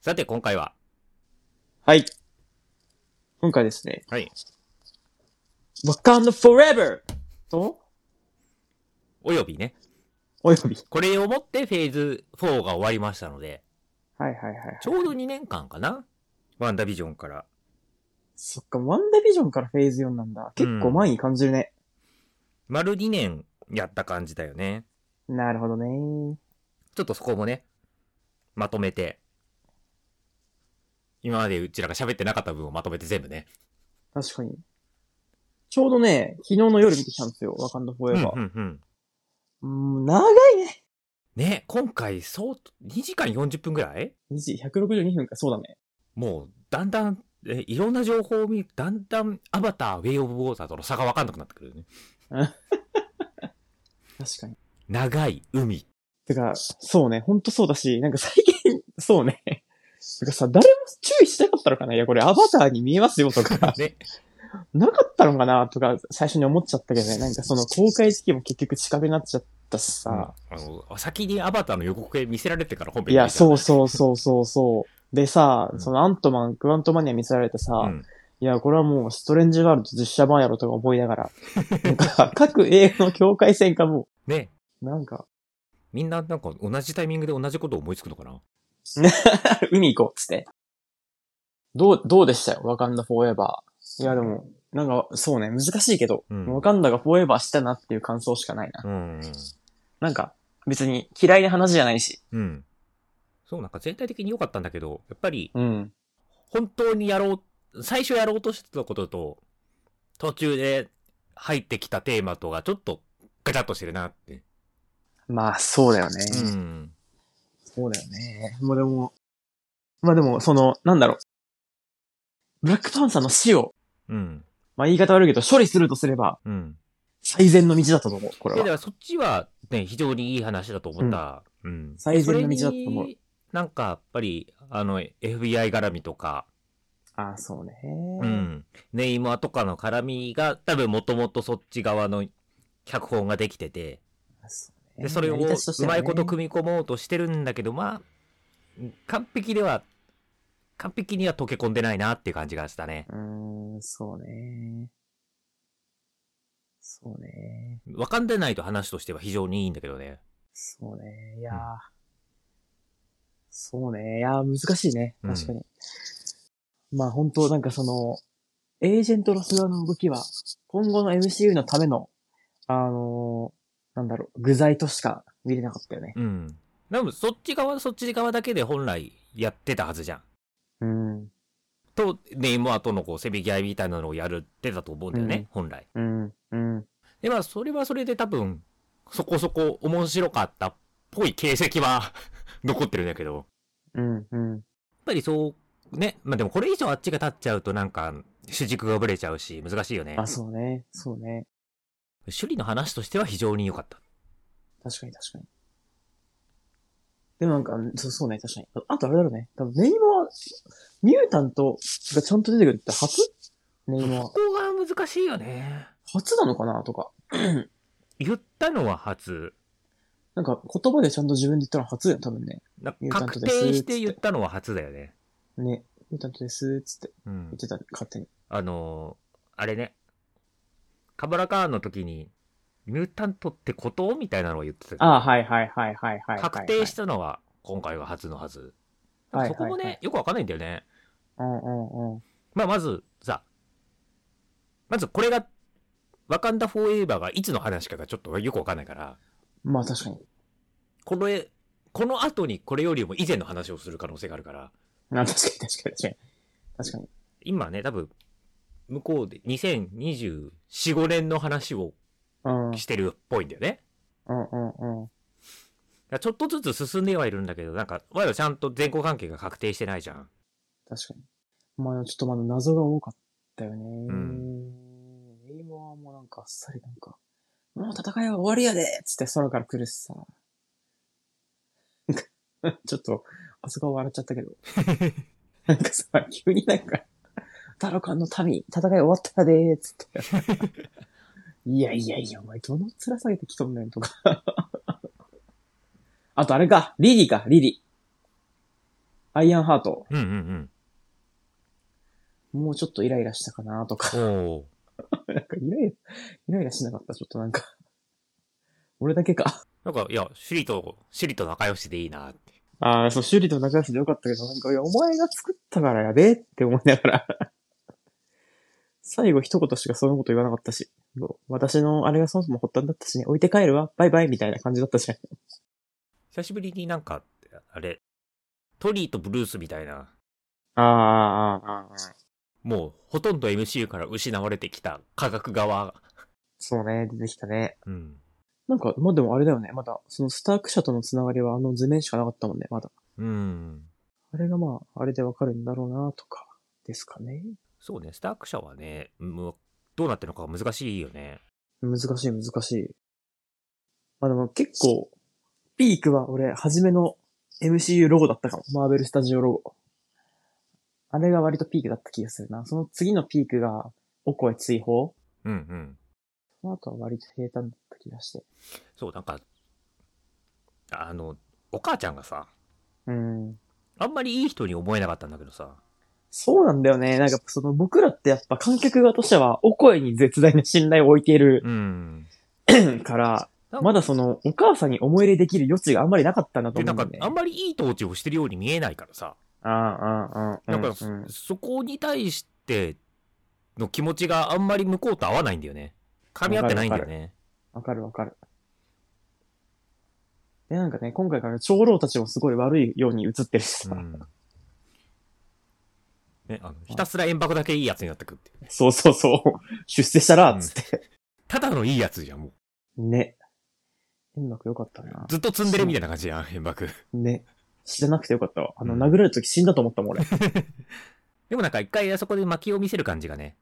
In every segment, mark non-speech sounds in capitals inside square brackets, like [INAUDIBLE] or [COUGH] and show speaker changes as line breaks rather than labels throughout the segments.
さて、今回は。
はい。今回ですね、
はい。
わかんの forever! と、
およびね。
および。
これをもってフェーズ4が終わりましたので、
はいはいはいはい。
ちょうど2年間かなワンダービジョンから。
そっか、ワンダービジョンからフェーズ4なんだ。結構前に感じるね。
丸2年やった感じだよね。
なるほどね。
ちょっとそこもね、まとめて。今までうちらが喋ってなかった分をまとめて全部ね。
確かに。ちょうどね、昨日の夜見てきたんですよ、わかんの
うん、う
forever。
ん、うん。
うん、長いね。
ね、今回、そう、2時間40分ぐらい
2時162分か、そうだね。
もう、だんだん、え、いろんな情報を見る、だんだん、アバター、ウェイオブウォーターとの差がわかんなくなってくるよね。
確かに。
長い海。。
てか、そうね、ほんとそうだし、なんか最近、 [LAUGHS] そうね。てかさ、誰も注意してなかったのかないや、これアバターに見えますよとか
ね。
なかったのかなとか、最初に思っちゃったけ
[LAUGHS]
どね。なんかその公開時期も結局近くなっちゃったしさ。
うんあの、先にアバターの予告編見せられてから本編。
いや、そううそうそうそうそう。でさ、
うん
そのアントマン、クワントマニア見せられてさ、
うん。
いや、これはもうストレンジワールド実写版やろとか思いながら、なんか各映画の境界線がも
ね。
う、なんか、
みんななんか同じタイミングで同じことを思いつくのかな
[LAUGHS] 海行こうっつって。どう、どうでしたよ、ワカンダフォーエバー。いや、でも、なんか、そうね、難しいけど、
うん
ワカンダがフォーエバーしたなっていう感想しかないな。
うん。
なんか、別に嫌いな話じゃないし。
うん。そう、なんか全体的に良かったんだけど、やっぱり
うん。
本当にやろう、最初やろうとしてたことと、途中で入ってきたテーマとがちょっとガチャッとしてるなって。
まあ、そうだよね。
うん。
そうだよね。もうでも、まあでも、その、なんだろう。ブラックパンサーの死を、
うん。
まあ言い方悪いけど、処理するとすれば、
うん。
最善の道だったと思う、こ
い
れ
や、だか
は。
らそっちはね、非常にいい話だと思った。うん。
最善の道だと思う
それに。なんか、やっぱり、あの、FBI 絡みとか、
ああ、そうね。
うん。ネイマーとかの絡みが、多分もともとそっち側の脚本ができてて、
そうね
で、それを
や
う
り立ちしては
ま
ね
いこと組み込もうとしてるんだけど、まあ、完璧では、完璧には溶け込んでないなっていう感じがしたね。
うーん、そうね。そうね。
わかんでないと話としては非常にいいんだけどね。
そうね。いやー、
うん
そうね。いやー、難しいね。
うん
確かに。まあ本当なんかその、エージェントロス側の動きは、今後の MCU のための、あのーなんだろう、具材としか見れなかったよね。
うん。でも、そっち側、そっち側だけで本来やってたはずじゃん。
うん。
と、ネイマーとのこう、せびき合いみたいなのをやるってたと思うんだよね、本来。
うん。うん。
で、まあ、それはそれで多分、そこそこ面白かったっぽい形跡は [LAUGHS] 残ってるんだけど、やっ
うん。うん。
ぱりそう、ね、まあでもこれ以上あっちが立っちゃうとなんか、主軸がぶれちゃうし、難しいよね。
あ、そうね。そうね。
趣里の話としては非常に良かった。
確かに確かに。でもなんか、そうそうね、確かに。あとあれだろうね。多分ネイマー、ミュータントがちゃんと出てくるって初ネイマー
こ。こが難しいよね。
初なのかなとか。
言ったのは初。
なんか言葉でちゃんと自分で言ったの初だよ、多分ね。
な
言うたんと
確
です
定して言ったのは初だよね。
ね。ミュータントです、つって
う
言
ん
っ。てた、勝手に。
あのーあれね。カバラカーンの時に、ミュータントってことみたいなのを言ってたけど
ああ、はいはいはいはいはいはい。
確定したのは今回が初のはず。
はいはいはい
そこもね、よくわかんないんだよね。
うんうんうん。
まあ、まず、さ、まずこれが、ワカンダフォーエーバーがいつの話かがちょっとよくわかんないから、
まあ確かに。
この絵、この後にこれよりも以前の話をする可能性があるから、
あ確かに確かに確かに。確かに。
今ね、多分、向こうで2024、5年の話を
うん。うん
してるっぽいんだよね。
うんうん。
だからちょっとずつ進んではいるんだけど、なんか、まだちゃんと前後関係が確定してないじゃん。
確かに。まあちょっとまだ謎が多かったよね。
ん
ネイマーもなんかあっさりなんか、もう戦いは終わりやでつって空から来るしさ。 [LAUGHS] なんかちょっと、あそこは笑っちゃったけど。なんかさ、急になんか、タロカンの民、戦い終わったやでつって。いやいやいや、お前どの面下げてきとんねんとか。あとあれか、リリーか、リリー。アイアンハート、
うんうん
もうちょっとイライラしたかなとか
う、ん。おー。
なんかイライラ、イライラしなかった、ちょっとなんか。俺だけか。
なんか、いや、シリと、シリと仲良しでいいなって。
ああ、そう、修理と仲良しでよかったけど、なんか、いや、お前が作ったからやべえって思いながら。最後一言しかそのこと言わなかったし、もう私のあれがそもそも発端だったしね、置いて帰るわ、バイバイみたいな感じだったじゃん。
久しぶりになんか、あれ、トリーとブルースみたいな、
ああ、ああ、ああ。
もうほとんど MCU から失われてきた科学側。
そうね、出てきたね。
うん。
なんか、まあ、でもあれだよね、まだ、そのスターク社とのつながりはあの図面しかなかったもんね、まだ。
うん。
あれがまあ、あれでわかるんだろうな、とか、ですかね。
そうね、スターク社はね、もうどうなってるのか難しいよね。
難しい、難しい。まあでも結構、ピークは俺、初めの MCU ロゴだったかも。マーベルスタジオロゴ。あれが割とピークだった気がするな。その次のピークが、おこえ追放。
うんうん。
その後は割と平坦だった気がして。
そう、なんか、あの、お母ちゃんがさ、
うん。
あんまりいい人に思えなかったんだけどさ、
そうなんだよね。なんかその僕らってやっぱ観客側としては、お声に絶大な信頼を置いている [CLEARS THROAT]
うん。
から、
なんか
まだそのお母さんに思い入れできる余地があんまりなかったなと
で、
思
な
うんん
か
だよ、ね。
あんまりいい統治をしてるように見えないからさ、
ああ、ああ、ああ。
なんか、
ううん
そこに対しての気持ちがあんまり向こうと合わないんだよね。噛み合ってないんだよね。
わかるわかる。で、なんかね、今回から長老たちもすごい悪いように映ってるしさ。
うん。ね、あの、ひたすら円爆だけいいやつになってくっていう。
[LAUGHS] そうそうそう。出世したら、つって。
ただのいいやつじゃん、もう。
ね。音楽よかったな。
ずっと積んでるみたいな感じやん、変爆。
ね。死じゃなくてよかったわ。あの、
うん
殴られた時死んだと思ったもん、俺。
[LAUGHS] でもなんか一回あそこで巻きを見せる感じがね。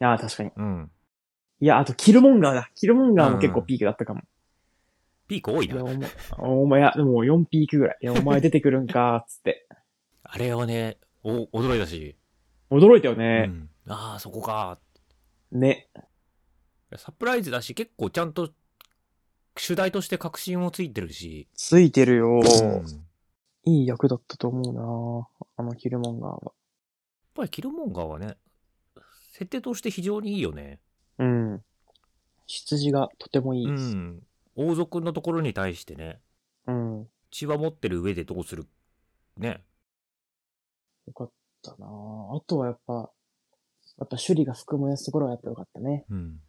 ああ、確かに。
うん。
いや、あと、キルモンガーだ。キルモンガーも結構ピークだったかも。
ピーク多い
いや、
な。
お前、お前、いや、でも4ピークぐらい。いや、お前出てくるんか、つって。
あれはね、お、驚いたし。
驚いたよ
う
ね。
ん。ああ、そこか。
ね。
サプライズだし、結構ちゃんと、主題として確信もついてるし。
ついてるよ。
うんやっ
いい役だったと思うなあの、キルモンガーは。
ぱりキルモンガーはね、設定として非常にいいよね。
うん。羊がとてもいい。
うん。王族のところに対してね、
うん。
血は持ってる上でどうする。ね。
よかったなああとはやっぱ、やっぱ趣里が含むやつところはやっぱよかったね。
うん。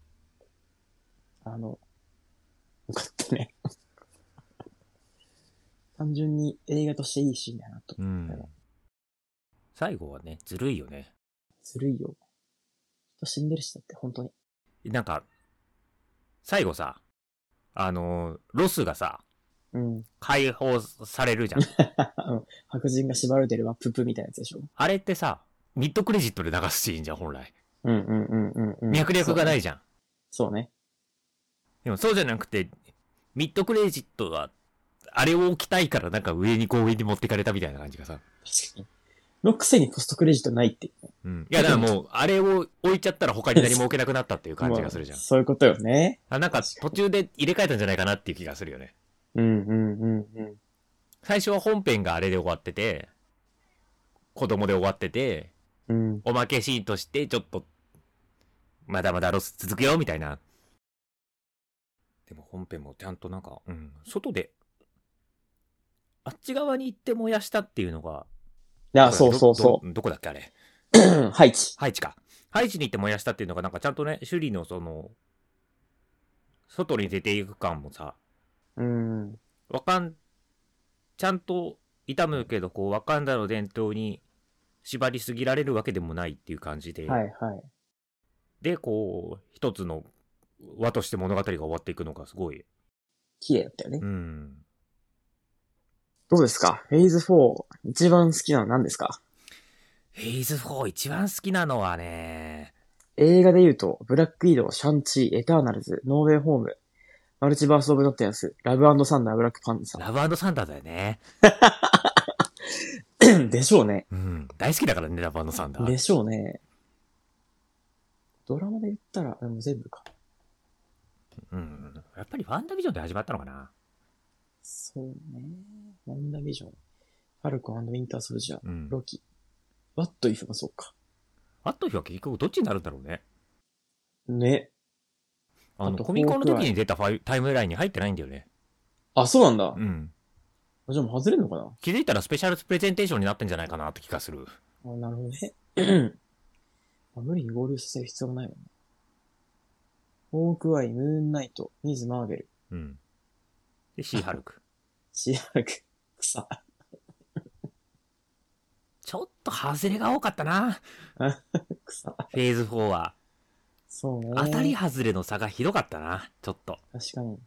あの、よかった [LAUGHS] ね。単純に映画としていいシーンだなと。
うん。最後はね、ずるいよね。
ずるいよ。人死んでるしだって、本当に。
なんか、最後さ、あのーロスがさ、
[LAUGHS] うん。
解放される
[LAUGHS]
じゃん。
うん白人が縛られてるワッププみたいなやつでしょ。
あれってさ、ミッドクレジットで流すシーンじゃん、本来。
うんうんうんうん、うん。
脈略がないじゃん。
そうね。
でもそうじゃなくて、ミッドクレジットは、あれを置きたいからなんか上にこう上に持ってかれたみたいな感じがさ。
そうね確かに。のくせにポストクレジットないっていう。
うん。いや、だからもう、あれを置いちゃったら他に何も置けなくなったっていう感じがするじゃん
まあ。そういうことよね。
あなんか途中で入れ替えたんじゃないかなっていう気がするよね。
うんうんうんうん。
最初は本編があれで終わってて、子供で終わってて、
うん。
おまけシーンとして、ちょっと、まだまだロス続くよ、みたいな。でも本編もちゃんとなんか、うん、外で、あっち側に行って燃やしたっていうのが、。
あ、そうそうそう
どどこだっけあれ。
う。ハイチ。
ハイチか。ハイチに行って燃やしたっていうのが、なんかちゃんとね、修理のその、外に出ていく感もさ、
うん。
わかん、ちゃんと痛むけど、こう、わかんだの伝統に縛りすぎられるわけでもないっていう感じで、
はいはい。
で、こう、一つの和として物語が終わっていくのがすごい。
綺麗だったよね
う。ん。
どうですかフェーズ4、一番好きなの何ですか
フェーズ4一番好きなのはね、
映画で言うと、ブラックイードウ、シャンチー、エターナルズ、ノーウェイホーム、マルチバースオブノッテナス、ラブサンダー、ブラックパンサ
ラブサンダーだよね。
ー。 [CLEARS THROAT] でしょうね。
うん。大好きだからね、ラブサンダ
で
ー。
しょうね。ドラマで言ったら、でも全部か。
うん。やっぱりワンダービジョンで始まったのかな。
そうね。ワンダービジョン。ハルコウィンターソルジャー、
うん。
ロキ。ワットイフもそうか。
あと日は結局どっちになるんだろうね。
ね。
あ
あ
の、
と
コミコンの
ホークア
時
イ
に出たファイタイムラインに入ってないんだよね。
あ、そうなんだ
う。ん。
あじゃあもう外れんのかな
気づいたらスペシャルプレゼンテーションになってんじゃないかなって気がする。
あなるほどね。 [CLEARS THROAT] まあ無理に合流させる必要がないもんな。ホークアイ、ムーンナイト、ミズ・マーベル、
うん。で、シーハルク。
シーハルク、草。
[LAUGHS] ちょっと外れが多かった [LAUGHS] な。
草。
フェーズ4は。
そうね。
当たり外れの差がひどかったな。ちょっと。
確かに。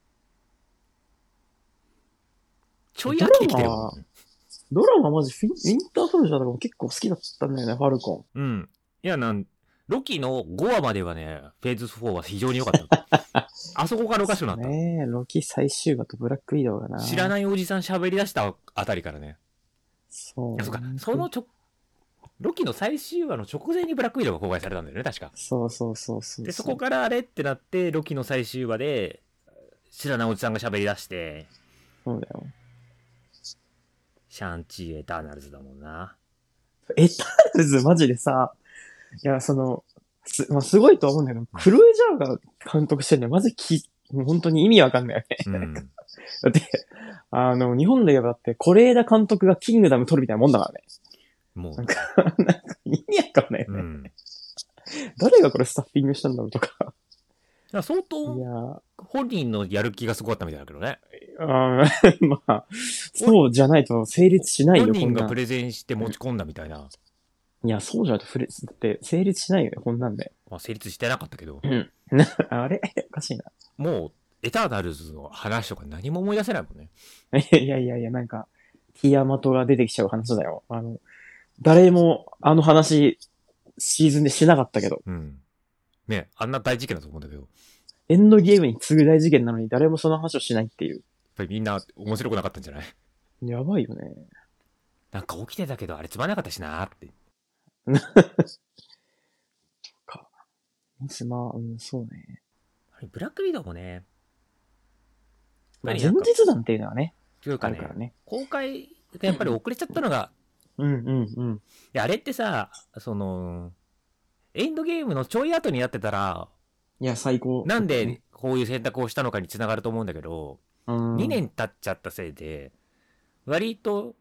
ちょい飽きてきてるもん。
ドラママジフィン、ウィンターソルジャーとかも結構好きだったんだよね、ファルコ
うん。いや、なん、ロキの5話まではね、フェーズ4は非常に良かった。 [LAUGHS] あそこからおかしくな
ン。
っ
ねえ、ロキ最終話とブラックウィドウがな。
た。知ら
い。
ないおじさん喋り出したあたりからね。
そう
いや、。そうか。そのちょ、ロキの最終話の直前にブラックウィドウが公開されたんだよね、確か。
そうそうそうそう。
で、そこからあれってなって、ロキの最終話で、知らないおじさんが喋り出して、
そうだよ。
シャンチーエターナルズだもんな。
エターナルズマジでさ、いや、その、す、まあ、すごいとは思うんだけど、クルージャーが監督してるのマジき、もう本当に意味わかんないよね。
うん。
だって、あの、日本で言えばだって、是枝監督がキングダム撮るみたいなもんだからね。
も
なん
う、
か、なんか意味わかんないよ
う
ね。
ん。だか
誰がこれスタッフィングしたんだろうとか。
ら相
いや
当、
ー、
本人のやる気がすごかったみたいだけどね。
あー [LAUGHS] まあ、そうじゃないと成立しないよ、
本
こん
人
な
がプ
ん。
レゼンして持ち込んだみたいな。
いや、そうじゃないとフレだって成立しないよね、こんなんで。
まあ、成立してなかったけど、
なあれおかしいな。
もう、エターナルズの話とか何も思い出せないもんね。
[LAUGHS] いやいやいや、なんか、ティアマトが出てきちゃう話だよ。あの、誰もあの話、シーズンでしてなかったけど、
うん。ねあんな大事件だと思うんだけど、やっ
エンドゲームに次ぐ大事件なのに誰もその話をしないっていう。
ぱりみんな面白くなかったんじゃない
やばいよね。
なんか起きてたけど、あれつまんなかったしなーって。
ミスまあ、うん、そうね。
あれブラックウィドウもね、
まあ、
やっぱり
前
なんか
日談っていうのはね、
という
あ
か
る
ね
からね。
公開がやっぱり遅れちゃったのが、
うんうんうん。
であれってさ、その、エンドゲームのちょい後にやってたら、
いや、最高。
なんでこういう選択をしたのかにつながると思うんだけど、
うん、
2年経っちゃったせいで、割と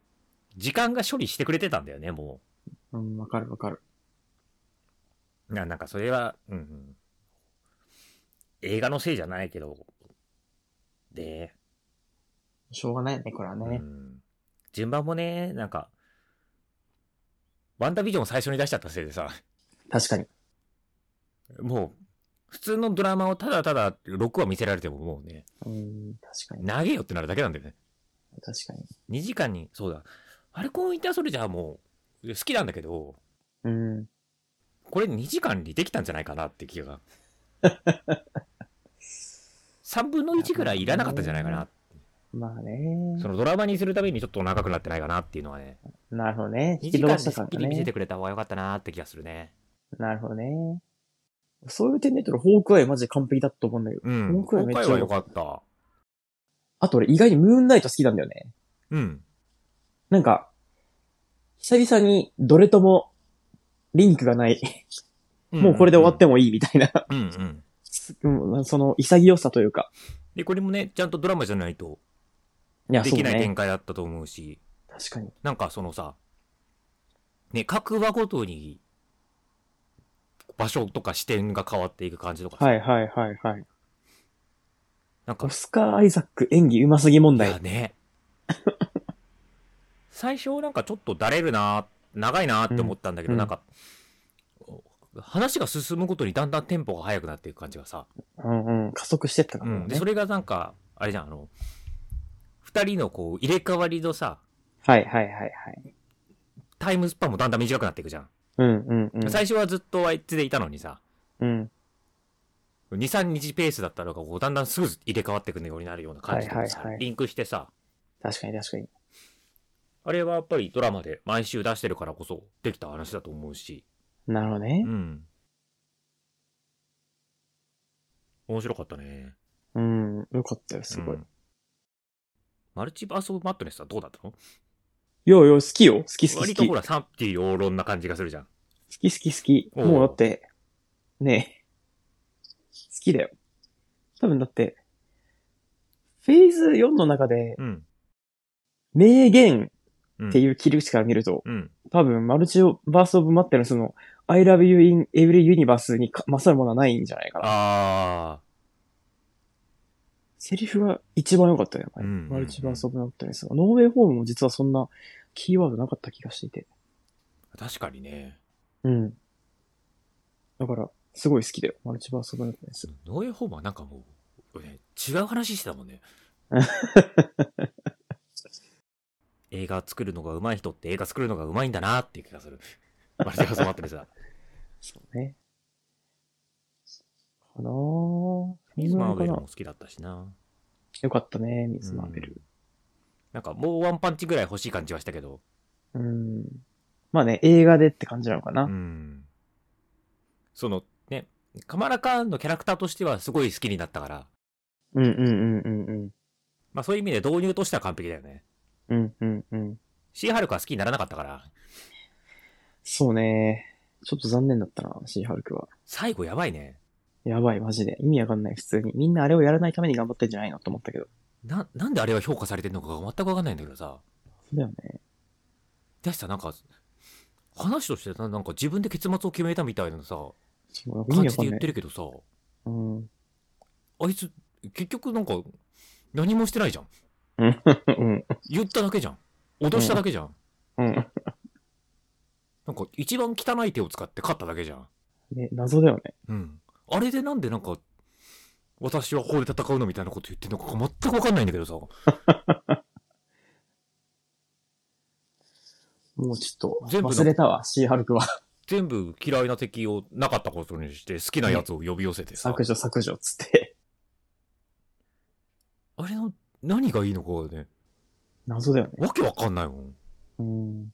時間が処理してくれてたんだよね、も
うん、わかるわかる。
う。ななんかそれは、うんうん、映画のせいじゃないけど、で、
しょうがないよね、これは
う
ね。
ん、順番もね、なんか、ワンダービジョンを最初に出しちゃったせいでさ、
確かに。
もう、普通のドラマをただただ6話見せられてももうね、
うん、確かに。
長えよってなるだけなんだよね。
確かに。
2時間に、そうだ、アルコンインターソルジャーも好きなんだけど、
うん。
これ2時間にできたんじゃないかなって気 [LAUGHS] が。3分の1ぐらいいらなかったんじゃないかな。
まあね
そ。のドラマにするためにちょっと長くなってないかなっていうのはね。
なるほどね。
2
引
時
き
間
伸
で
ばし
す
た
っ
感
き
が
り見せ
ね
て。くれた方が良かったなって気がするね。
なるほどね。そういう点で言うと、ホークアイマジで完璧だと思うんだけど。
うん。
今回
今
めっちゃ
回は良かった。
あと俺意外にムーンナイト好きなんだよね。
うん。
なんか、久々にどれともリンクがない。もうこれで終わってもいいみたいな。 [LAUGHS]
うんうん。
うんその潔さというか。
で、これもね、ちゃんとドラマじゃないと
いや、
で
そう
きない展
ね。
開だったと思うし、
確かに。
なんかそのさ、ね、各話ごとに場所とか視点が変わっていく感じとかさ、
はいはいはいはい。
なんか
オスカー・アイザック演技うますぎ問
だ
題
よ。ね。 [LAUGHS] 最初なんかちょっとだれるな、長いなって思ったんだけど、
うん
なんか、話が進むごとにだんだんテンポが速くなっていく感じがさ、
うんうん。加速してったか
う
ら
ん、で、
ね
そ。れがなんか、あれじゃん、あの、二人のこう、入れ替わりのさ、
はいはいはいはい。
タイムスパンもだんだん短くなっていくじゃん。
うんうんうん。
最初はずっとあいつでいたのにさ、
うん。
2、3日ペースだったのが、こう、だんだんすぐ入れ替わっていくようになるような感じでさ、
はいはいはい
リンクしてさ、
確かに確かに。
あれはやっぱりドラマで毎週出してるからこそできた話だと思うし、
なるほどね
う。ん。面白かったね。
うん。よかったよ、すごい。
うんマルチバースオブマットネスはどうだったの
いやいや、好きよ。好き好き
割
好
と
き。
ほ
好
ら、賛否両論な感じがするじゃん。
き好き好き。
おう
もうだって、ねえ。好きだよ。多分だって、フェーズ4の中で、
うん。
名言
うん、
っていう切り口から見ると、
うん。
多分マルチバースオブマッテのその、I love you in every universe にか勝るものはないんじゃないかな。
あ
セリフが一番良かったよ、やっぱり。
うんうんうん
マルチバースオブマッテですが、ノーウェイホームも実はそんなキーワードなかった気がしていて。
あ、確かにね。
うん。だから、すごい好きだよ。マルチバースオブマッテです。
ノーエホームはなんかもう、ね、違う話してた [LAUGHS] もんね。映画作るのが上手い人って映画作るのが上手いんだなっていう気がす [LAUGHS] る。マルチバースマットレスだ。
そうね。かなぁ。
ミズ・マーベ
か
ル
な
も好きだったしな。
よかったね、ミズ・マーベル。
なんかもうワンパンチぐらい欲しい感じはしたけど。
うん。まあね、映画でって感じなのかな。
うん。その、ね、カマラカーンのキャラクターとしてはすごい好きになったから。
うんうんうんうんうん。
まあそういう意味で導入としては完璧だよね。
うんうんうん。
シーハルクは好きにならなかったから。
そうね。ちょっと残念だったな、シーハルクは。
最後やばいね。
やばい、マジで。意味わかんない、普通に。みんなあれをやらないために頑張ってんじゃないのと思ったけど。
な、なんであれは評価されてるのかが全くわかんないんだけどさ。
そうだよね。
だしさ、なんか、話としてななんか自分で結末を決めたみたいなさ、
そう、意
感
味わ
じ
か
で言
んな
って
い。
るけどさ、
うん。うん。
あいつ、結局なんか、何もしてないじゃん。
うん。
言っただけじゃん。脅しただけじゃん。
うん。
なんか、一番汚い手を使って勝っただけじゃん。
ね、謎だよね。
うん。あれでなんでなんか、私は法で戦うのみたいなこと言ってんのか全くわかんないんだけどさ。
もうちょっと、
全部の
忘れたわ、シーハルクは。
全部嫌いな敵をなかったことにして、好きなやつを呼び寄せてさ。
削除、削除、つって。
あれの、何がいいのかね、
謎だよね。
わけわかんないもん。
うん。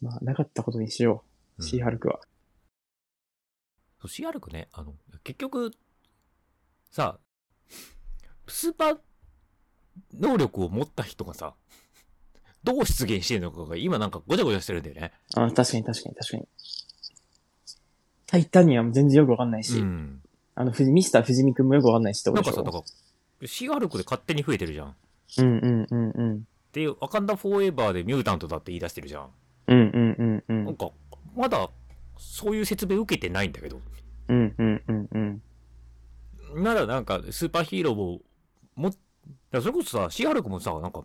まあ、なかったことにしよう。シーハルクは。
そうシーアルクね、あの、結局、さ、スーパー能力を持った人がさ、どう出現してるのかが今なんかごちゃごちゃしてるんだよね。
あ、確かに確かに確かに。タイタニアも全然よくわかんないし、
ん。
あの、藤ミスター藤見くんもよくわかんないしってこ
な
と
んか
でし
さ、
ょ
なんか、シーアルクで勝手に増えてるじゃん。
うんうんうんうん。
で、ワカンダフォーエバーでミュータントだって言い出してるじゃん。
うんうんうんう
なん
ん。
か、まだ、そういう説明受けてないんだけど。
うんうんうんうん。
ならなんか、スーパーヒーローをも、だからそれこそさ、シーハルクもさ、なんか、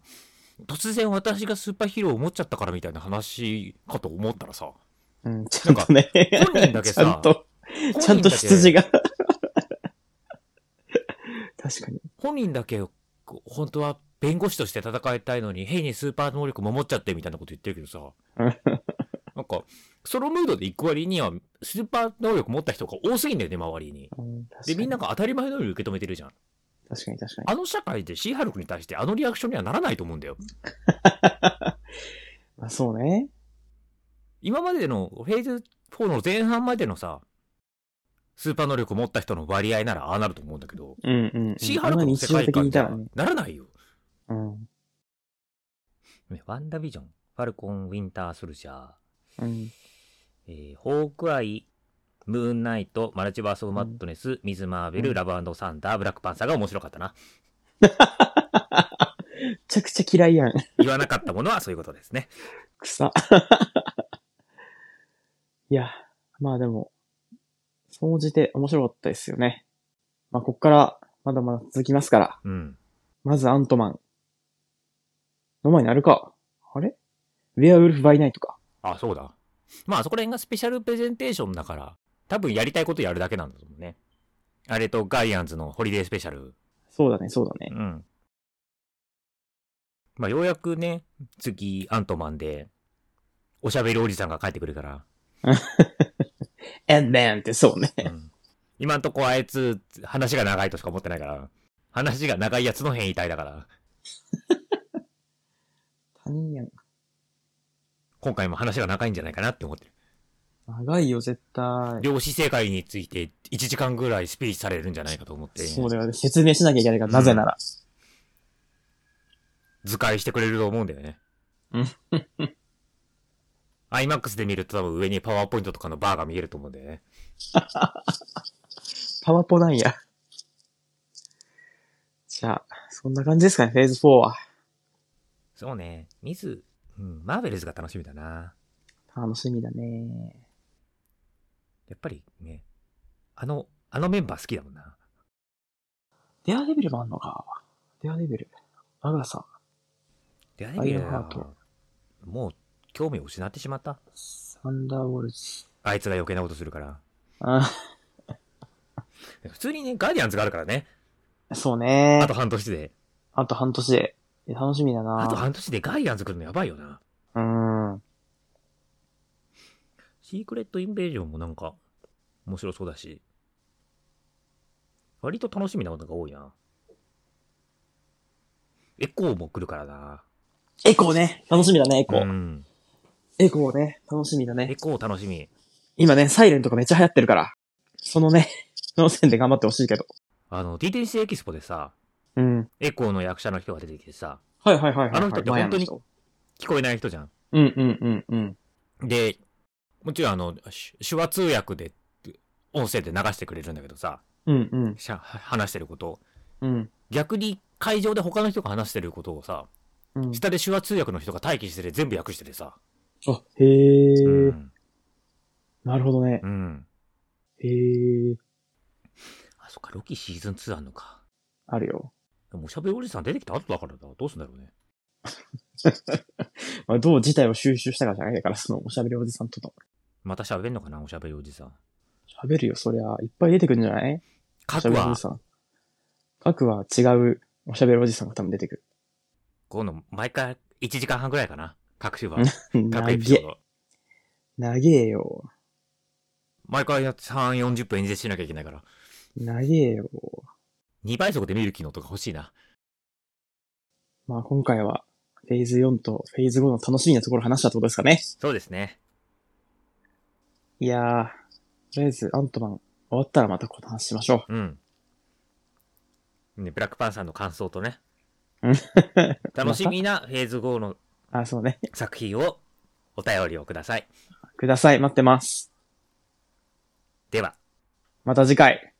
突然私がスーパーヒーローを持っちゃったからみたいな話かと思ったらさ、
うん、ちゃんとね。
本人だけさ
ちゃんと、 [LAUGHS] ちゃんと羊が。確かに。
本人だけ、本人だけこう本当は弁護士として戦いたいのに、変にスーパー能力も持っちゃってみたいなこと言ってるけど
[LAUGHS]
さ、なんか、そのムードで行く割には、スーパー能力持った人が多すぎんだよね、周りに。
うん確かに
で、みんなが当たり前のように受け止めてるじゃん。
確かに確かに。
あの社会でシーハルクに対してあのリアクションにはならないと思うんだよ。
まあそうね。
今までのフェーズ4の前半までのさ、スーパー能力を持った人の割合ならああなると思うんだけど、
うんうん、うん。
シーハルク
あんな
の
日
世
常
界
的に
観
い
じ
た
ゃ
らね。
ならないよ。
うん。
ねワンダービジョン、ファルコン、ウィンター、ソルジャー、
うん。
えーホークアイ、ムーンナイト、マルチバース・オブ・マットネス、ミズ・マーベル、
うん
ラブサンダー、ブラックパンサーが面白かったな。
めちゃくちゃ嫌いやん。
言わなかったものはそういうことです
[LAUGHS]
ね。
草。いや、まあでも、総じて面白かったですよね。まあこっから、まだまだ続きますから。
うん。
まずアントマン。の前にあるか。あれウェアウルフバイナイトか。
あ、そうだ。まあ、そこら辺がスペシャルプレゼンテーションだから、多分やりたいことやるだけなんだと思うね。あれとガイアンズのホリデースペシャル。
そうだね、そうだね。
うん。まあ、ようやくね、次、アントマンで、おしゃべりおじさんが帰ってくる
[LAUGHS]
から。
エンデンってそうね。
うん、今んとこあいつ、話が長いとしか思ってないから。話が長いやつの変異体だから。
他人やん。
今回も話が長いんじゃないかなって思ってる。
長いよ、絶対。
量子世界について1時間ぐらいスピーチされるんじゃないかと思って。
そうだよね。説明しなきゃいけないから、なぜなら。
図解してくれると思うんだよね。
うん
[LAUGHS] IMAX で見ると多分上にパワーポイントとかのバーが見えると思うんでね。
パワポなんや。じゃあ、そんな感じですかね、フェーズ4は。
そうね。ミズ、うん、マーベルズが楽しみだな。
楽しみだね。
やっぱりね、あの、あのメンバー好きだもんな。
デアデビルもあんのか。デアデビル。アガサ。
で、ア
イアンハート
もう興味を失ってしまった。
サンダーボルツ。
あいつが余計なことするから。
あ
普通にね、ガーディアンズがあるからね。
そうね。
あ
あ
と
と、
半年で。
半年で。いや楽しみだな。
あと半年でガーディアンズ来るのやばいよな。
うん。
シークレットインベージョンもなんか、面白そうだし。割と楽しみなことが多いな。エコーも来るからな。
エコーね。楽しみだね、エコー。
うん。
エコーね。楽しみだ
エ
ね。
コー楽しみ。
今ね、サイレンとかめっちゃ流行ってるから。そのね、 [LAUGHS] その線で頑張ってほしいけど。
あの、DTC エキスポでさ、
うん。
エコーの役者の人が出てきてさ、
はいはいはいはい、はい。
あの人って
前
本当に
あの人
聞こえない人じゃん。
うんうんうんうん。
で、もちろんあの、し手話通訳で、音声で流してくれるんだけどさ、
うんうん
しゃ話してることを。
うん。
逆に会場で他の人が話してることをさ、
うん。
下で手話通訳の人が待機してて全部訳しててさ。
あ、へえ、
うん。
なるほどね。
うん。
へえ、
あ、そっか、ロキシーズン2あんのか。
あるよ。
でもおしゃべりおじさん出てきた後だからな。どうすんだろうね。
まあ、どう事態を収集したかじゃないから、そのおしゃべりおじさんとの。
また喋んのかな、おしゃべりおじさん。
喋るよ、そりゃ。いっぱい出てくるんじゃないおしゃ
各
べりお
は
じ、さん。各は違うおしゃべりおじさんが多分出てくる。
この、毎回1時間半ぐらいかな。各週は
うん。
各
な
エピソー
げ、
ド。
なげえよ。
毎回やって3、40分演説しなきゃいけないから。
なげえよ。
2倍速で見る機能とか欲しいな。
まあ今回は、フェーズ4とフェーズ5の楽しみなところを話したってことですかね。
そうですね。
いやー、とりあえずアントマン終わったらまたこの話しましょ
うん。ね、ブラックパンサーの感想と [LAUGHS] ね
うん。
楽しみなフェーズ5の
う。あ、そうね。
作品をお便りをください。
ください。待ってます。
では。
また次回。